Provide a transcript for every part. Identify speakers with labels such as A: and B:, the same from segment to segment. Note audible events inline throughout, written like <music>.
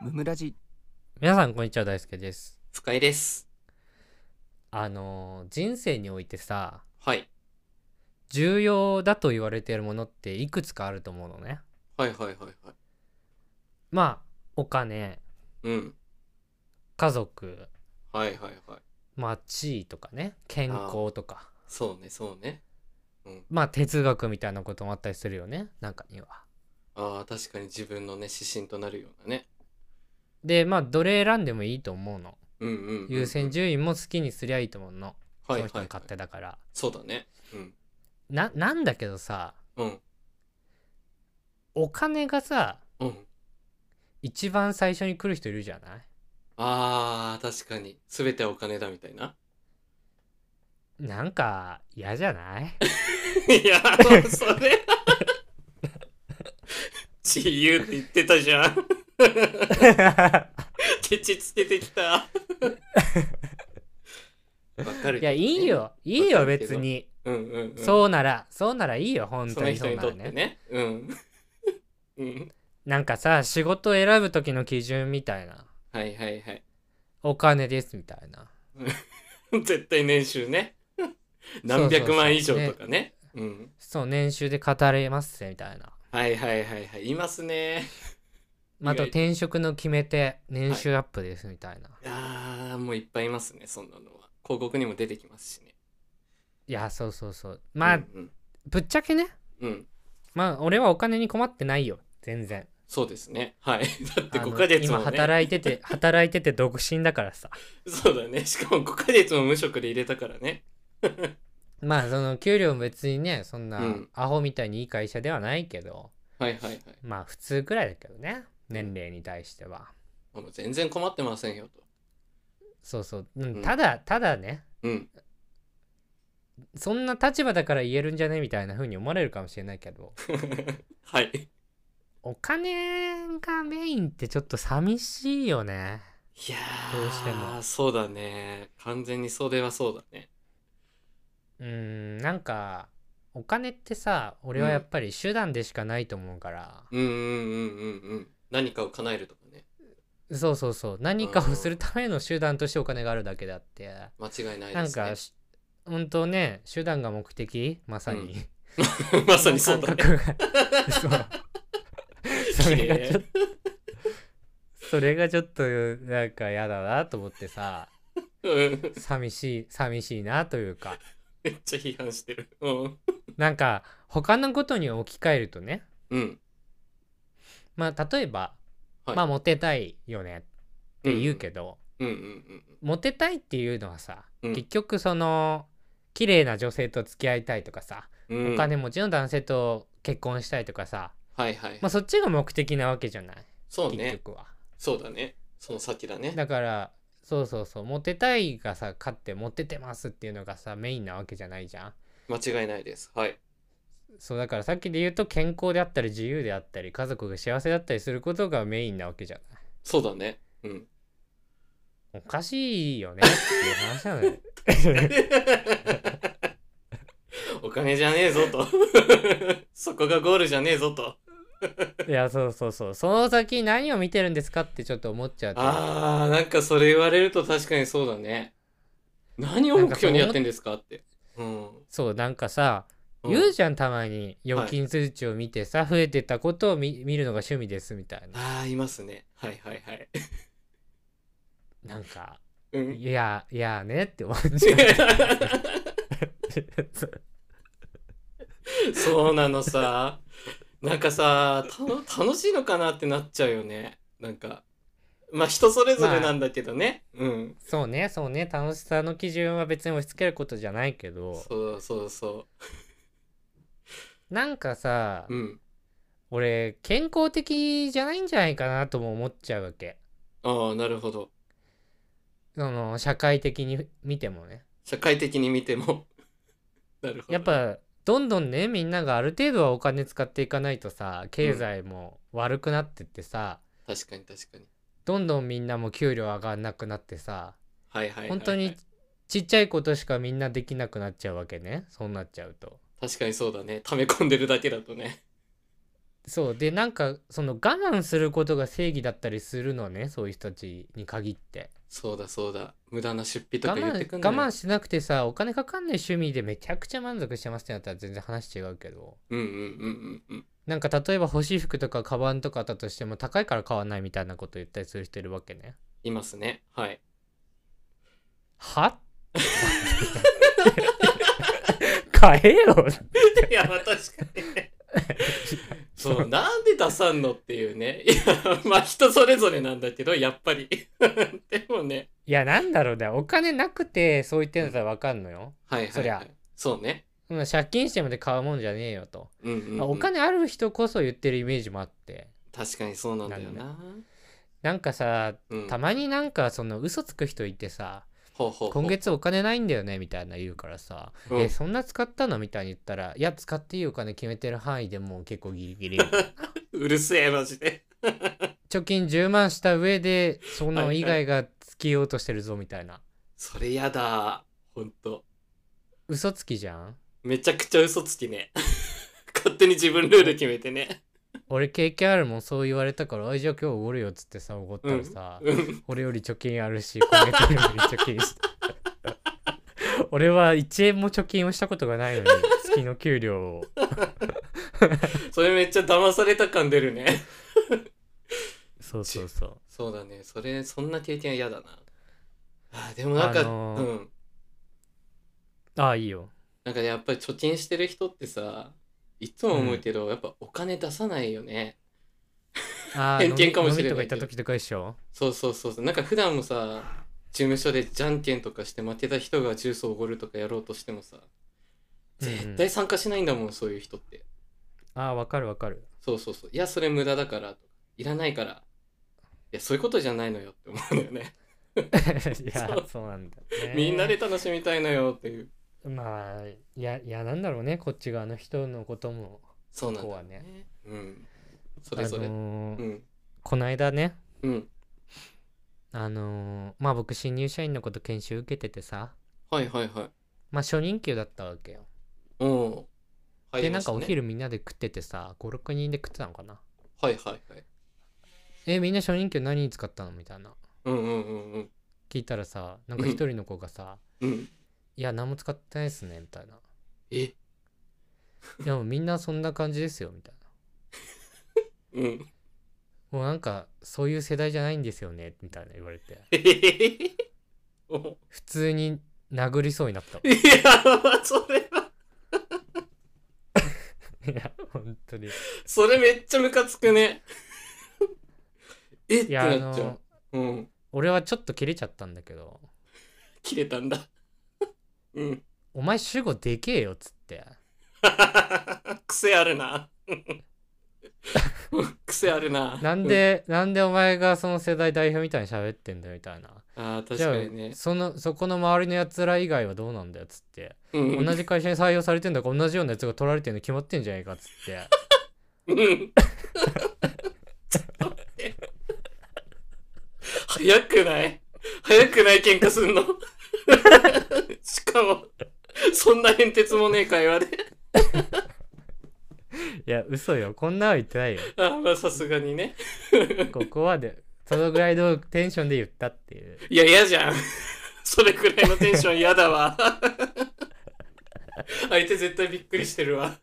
A: 村地
B: 皆さんこんにちは大輔です
C: 深井です。
B: あのー人生においてさ
C: はい。
B: 重要だと言われているものっていくつかあると思うのね
C: はいはいはいはい。
B: まあお金
C: うん。
B: 家族
C: はいはいはい。
B: まあ地位とかね健康とか
C: そうね、そうね。うん。
B: まあ哲学みたいなこともあったりするよね中には
C: ああ、確かに自分のね、指針となるようなね。
B: でまあどれ選んでもいいと思うの
C: うんうんうんうん。
B: 優先順位も好きにすりゃいいと思うのそ
C: は
B: の
C: いはい
B: 人
C: は
B: の
C: い。
B: 勝手だから、
C: そうだね。うん。
B: ななんだけどさ
C: うん。
B: お金がさ
C: うん。
B: 一番最初に来る人いるじゃない
C: ああ、確かに。すべてはお金だみたいな。 <laughs>
B: なんか嫌じゃない
C: <laughs> いや、それ。自由って言ってたじゃん。 <laughs> ケチつけてきた。わかる。
B: いやいい。よいいよ別に、
C: うんうん、うん。
B: そうならそうならいいよ本
C: そ
B: 当
C: の
B: にそ
C: 人
B: う
C: に
B: な
C: と
B: ら
C: って
B: ね
C: ね。うん。うん。
B: なんかさ仕事を選ぶ時の基準みたいな
C: はいはいはい。
B: お金ですみたいな
C: <laughs> 絶対年
B: <laughs>
C: 収ね。何百万以上とかね。うん。
B: そう年収で語れますみたいな
C: はいはいはいはい。いますね。
B: まああと
C: 意外と
B: 転職の決め手年収アップですみたいな、
C: ああ、もういっぱいいますね、そんなのは。広告にも出てきますしね。
B: い、やそうそうそうまあ、
C: うん、
B: ぶっちゃけね
C: うん。うん
B: まあ俺はお金に困ってないよ全然
C: そうですね。はい。 <laughs> だって
B: あの
C: 5ヶ月も、
B: 今
C: ね。
B: 働いてて働いてて独身だからさ
C: そうだね。しかも5ヶ月も無職で入れたからね。
B: まあその給料も別にねそんな
C: うん
B: アホみたいにいい会社ではないけど、
C: はいはいはい。
B: まあ普通くらいだけどね年齢に対しては、
C: もう全然困ってませんよと。
B: そうそう、うん
C: うん
B: ただただね
C: うん。 <laughs>
B: そんな立場だから言えるんじゃねみたいな風に思われるかもしれないけど
C: はい。
B: お金がメインってちょっと寂しいよね
C: いや
B: どうしても
C: ー、そうだね。完全にそれはそうだね。
B: うーんなんかお金ってさ俺はやっぱり手段でしかないと思うから、
C: うんうんうんうんうん。何かを叶えるとかね。
B: そうそうそう何かをするための手段としてお金があるだけだって、
C: 間違いない
B: なん
C: ですね
B: か。し本当ね手段が目的まさに、
C: うまさにそうだ
B: 感 <laughs>
C: ね。
B: 覚がそうそれがちょっとそれがちょっとなんか嫌だなと思ってさ
C: うん
B: 寂しい寂しいなというか
C: めっちゃ批判してる。うん。
B: なんか他のことに置き換えるとね
C: うん。
B: まあ例えば、
C: はい
B: まあモテたいよねって言うけど、
C: うんうんうん
B: モテたいっていうのはさ、
C: うん
B: 結局その綺麗な女性と付き合いたいとかさ、
C: うん。うん
B: お金持ちの男性と結婚したいとかさ、
C: はいはい
B: ま。あ、そっちが目的なわけじゃない、
C: そう
B: 結
C: ね。
B: 局は。
C: そうだね。その先だね。
B: だからそうそうそうモテたいがさ勝ってモテてますっていうのがさメインなわけじゃないじゃん。
C: 間違いないです。はい。
B: そうだからさっきで言うと健康であったり自由であったり家族が幸せだったりすることがメインなわけじゃない。
C: そうだね。うん。
B: <laughs> おかしいよねっていう話なの
C: <laughs>
B: よ。
C: お金じゃねえぞと。 <laughs> そこがゴールじゃねえぞと。
B: いやそうそうそうその先何を見てるんですかってちょっと思っちゃうというか
C: あー、なんかそれ言われると確かにそうだね。何を目標にやってんですかって。うん。
B: そうなんかさ、
C: うん
B: 言うじゃんたまに預金通知を見てさ、増えてたことを見見るのが趣味ですみたいな
C: あー、いますね。はいはいはい。
B: なんか
C: う
B: <laughs>
C: ん。
B: いやいやねって思っちゃうそう
C: そうなのさ。なんかさ、たの楽しいのかなってなっちゃうよね。なんか。まあ人それぞれなんだけどね。うん。
B: そうねそうね楽しさの基準は別に押し付けることじゃないけど
C: そうそうそ
B: なんかさ、
C: う。うん。
B: 俺健康的じゃないんじゃないかなとも思っちゃうわけ
C: ああ、なるほど。
B: その社会的に見てもね
C: 社会的に見ても。なるほど。
B: やっぱどんどんねみんながある程度はお金使っていかないとさ経済も悪くなってってさ、
C: 確かに確かに。
B: どんどんみんなも給料上がんなくなってさ
C: はいはいはい、はい。
B: 本当にちっちゃいことしかみんなできなくなっちゃうわけねそうなっちゃうと
C: 確かにそうだね。溜め込んでるだけだとね。
B: そうでなんかその我慢することが正義だったりするのねそういう人たちに限って
C: そうだそうだ無駄な出費と
B: 我
C: か言って
B: 慢
C: くん
B: 我
C: なよ
B: 慢しなくてさお金かかんない趣味でめちゃくちゃ満足してますってなったら全然話違うけど
C: うんうんうんうんうん
B: なんか例えば欲しい服とかカバンとかあったとしても高いから買わないみたいなこと言ったりする人いるわけね
C: いますねはい
B: は買えよ
C: <laughs> いやまあ確かにねそうなんで出さんのっていうねいやまあ人それぞれなんだけどやっぱり <laughs> でもね
B: いやなんだろうねお金なくてそう言ってんだったらわかんのよ
C: はいはい、はい、
B: そりゃ
C: そうね
B: そんな借金してまで買うもんじゃねえよと、
C: うんうん、うん、
B: お金ある人こそ言ってるイメージもあって
C: 確かにそうなんだよな
B: なんかさ
C: うん、
B: たまになんかその嘘つく人いてさ
C: ほうほうほう
B: 今月お金ないんだよねみたいな言うからさ、
C: うん
B: えそんな使ったのみたいに言ったらいや使っていいお金決めてる範囲でもう結構ギリ
C: <laughs>
B: ギリ
C: うるせえマジで
B: 貯金10万した上でそ
C: はい
B: の
C: はい
B: 以外がつけようとしてるぞみたいな
C: それやだほんと
B: 嘘つきじゃん
C: めちゃくちゃ嘘つきね <laughs> 勝手に自分ルール決めてね
B: 俺経験あるもんそう言われたから「あじゃあ今日おごるよ」っつってさおごったらさ、
C: うん
B: 俺より貯金あるし今月より貯
C: <laughs>
B: 金した俺は1円も貯金をしたことがないのに月の給料を
C: それめっちゃ騙された感出るね
B: そうそうそう
C: そうだねそれそんな経験嫌だなあーでもなんか、
B: あのー
C: うん
B: ああいいよ
C: なんかやっぱり貯金してる人ってさいつも思うけど、やっぱお金出さないよね
B: ああ
C: 偏見かもしれない
B: 飲みとか行った時とかでしょ
C: そうそうそうそうなんか普段もさ事務所でじゃんけんとかして負けた人がジュースをおごるとかやろうとしてもさ絶対参加しないんだもん、そういう人って
B: ああわかるわかる <laughs>
C: そうそうそういやそれ無駄だからいらないからいやそういうことじゃないのよって思うん
B: <laughs>
C: だよね、
B: いや
C: そう
B: そうなんだ、ね、
C: みんなで楽しみたいのよっていう
B: まあいやいやなんだろうねこっち側の人のことも
C: そうなんだ
B: こう
C: よ
B: はね
C: うんそれぞれ、
B: あのー
C: うん
B: この間ね
C: うん
B: あのーまあ僕新入社員のこと研修受けててさ
C: はいはいはい
B: まあ初任給だったわけよ、
C: うん入
B: で
C: り
B: な
C: ま
B: ん
C: し
B: か
C: たね
B: お昼みんなで食っててさ56人で食ってたのかな
C: はいはいはい
B: えみんな初任給何に使ったのみたいな
C: うんうんうんうん
B: 聞いたらさなんか一人の子がさ、
C: うん
B: いや何も使ってないっすねみ <laughs> たいな
C: え
B: でもみんなそんな感じですよみたいな
C: うん
B: もうなんかそういう世代じゃないんですよねみたいな言われて
C: えへへへおい
B: 普通に殴りそうになったわ <laughs>
C: やそれ
B: いや本当にい
C: それめっちゃムカつくねえって
B: やあ
C: なっちゃ
B: の
C: ううん
B: 俺はちょっと切れちゃったんだけど
C: 切れたんだうん <laughs>
B: 「お前主語でけえよ」っつって
C: 癖あ
B: <laughs>
C: るな癖あるな
B: なんで、なんでお前がその世代代表みたいに喋ってんだよみたいな
C: あー確かに
B: じゃ
C: ね
B: あ、そのそこの周りのやつら以外はどうなんだよっつって
C: うん、
B: 同じ会社に採用されてんだから同じようなやつが取られてんの決まってんじゃないかっつって
C: うん。早くない早くない喧嘩すんのしかも、そんな変哲もねえ会話で。
B: いや嘘よこんなは言ってないよ
C: あまあさすがにね。
B: ここはでそのぐらいのテンションで言ったっていう
C: いや、嫌じゃん。それくらいのテンション嫌だわ。相手絶対びっくりしてるわ。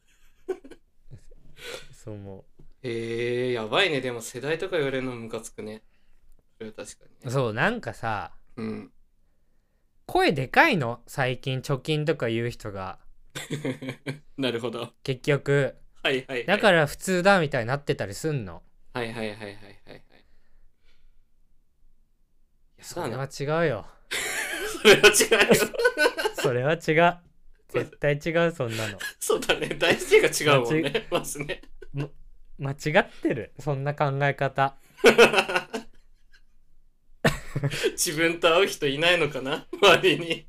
B: そう思う
C: へえやばいね。でも世代とか言われるのムカつくね。それは確かにね。
B: そうなんかさ
C: うん。
B: 声でかいの最近貯金とか言う人が
C: なるほど。
B: 結局
C: はいはい、はい。
B: だから普通だみたいになってたりすんの
C: はいはいはいはいはいはい。そ
B: そうれ
C: な
B: は
C: の
B: 違うよ
C: それは違うよ。
B: それは違う絶対違うそんなの
C: <laughs> そうだね。大事が違うもんね。まずね。 <laughs>
B: 間違ってるそんな考え方
C: 自分と会う人いないのかな周りに。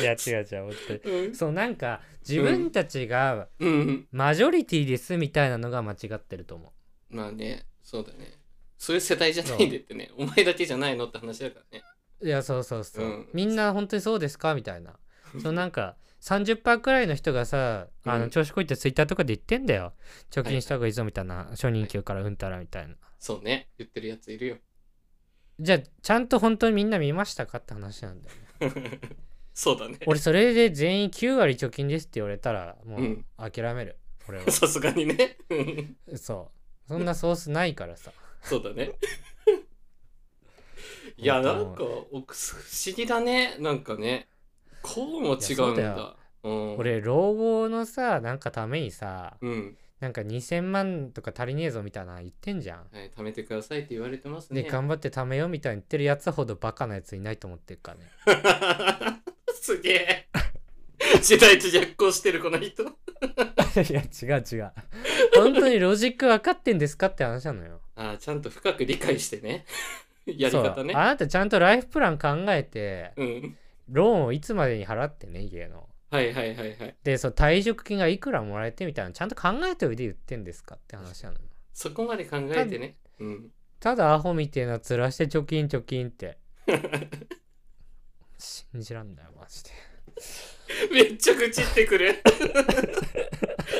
B: いや違う違う本当に
C: うん。
B: そうなんか自分たちが
C: うん。
B: マジョリティですみたいなのが間違ってると思う
C: まあね、そうだね。そういう世代じゃないんでってね。お前だけじゃないのって話だからね。
B: いやそうそうそう、
C: うん <laughs>
B: みんな本当にそうですかみたいなそうなんか30%くらいの人がさ、あ
C: う
B: の
C: ん
B: 調子こいってツイッターとかで言ってんだよ貯金した方がいいぞみたいな、初任給からうんたらみたいな、
C: そうね言ってるやついるよ <laughs>
B: じゃあちゃんと本当にみんな見ましたかって話なんだよね <laughs>
C: そうだね
B: 俺それで全員9割貯金ですって言われたらも
C: う
B: うん諦める、俺は
C: <laughs> さすがにねうん
B: そうそんなソースないからさ
C: そう
B: <laughs>
C: だねいや
B: 本
C: な
B: 当
C: んか奥す不思議だねなんかねこうも違う
B: いやそ
C: んだ
B: うだよ
C: うん、
B: 俺老後のさなんかためにさ
C: うん
B: なんか2000万とか足りねえぞみたいなの言ってんじゃん
C: はい、貯めてくださいって言われてます
B: で
C: ね
B: 頑張って貯めようみたいに言ってるやつほどバカなやついないと思ってるからね
C: <laughs> すげえ <laughs> 時代と逆行してるこの人
B: <laughs> いや違う違う <laughs> 本当にロジック分かってんですかって話なのよ
C: あーちゃんと深く理解してねやり方
B: そう
C: ね
B: あなたちゃんとライフプラン考えて
C: うん
B: ローンをいつまでに払ってね家の
C: はいはいはいはい
B: でそう退職金がいくらもらえてみたいなのちゃんと考えておいて言ってんですかって話なのよ
C: そこまで考えてねうん
B: ただアホみてえな面して貯金貯金って <laughs> 信じらんないマジで
C: めっちゃ愚痴ってくる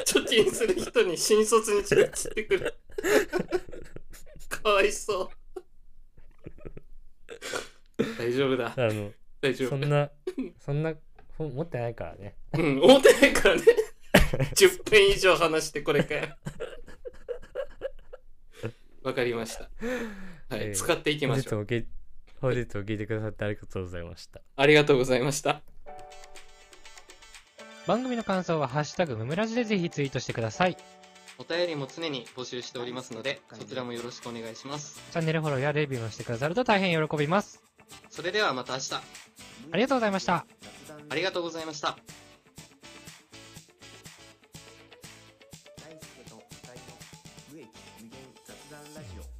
C: 貯金する人に新卒に愚痴ってくるかわいそう大丈夫だ
B: あ <laughs> の
C: 大丈
B: そ
C: 夫
B: んなそんな本持ってないからね
C: うん思ってないからね10分以上話してこれかよわかりましたはい、
B: えー
C: 使っていき
B: 本
C: まし
B: 日
C: ょう
B: も聞い本日も聞いてくださってありがとうございました
C: ありがとうございました
B: 番組の感想は「ハッシュタグむむらじ」でぜひツイートしてくださいチ
C: お便りも常に募集しておりますのでそちらもよろしくお願いします
B: ャンネルフォローやレビューもしてくださると大変喜びます
C: それではまた明日
B: ありがとうございました
C: ありがとうございました
A: 大輔と二人の無益無限雑談ラジオ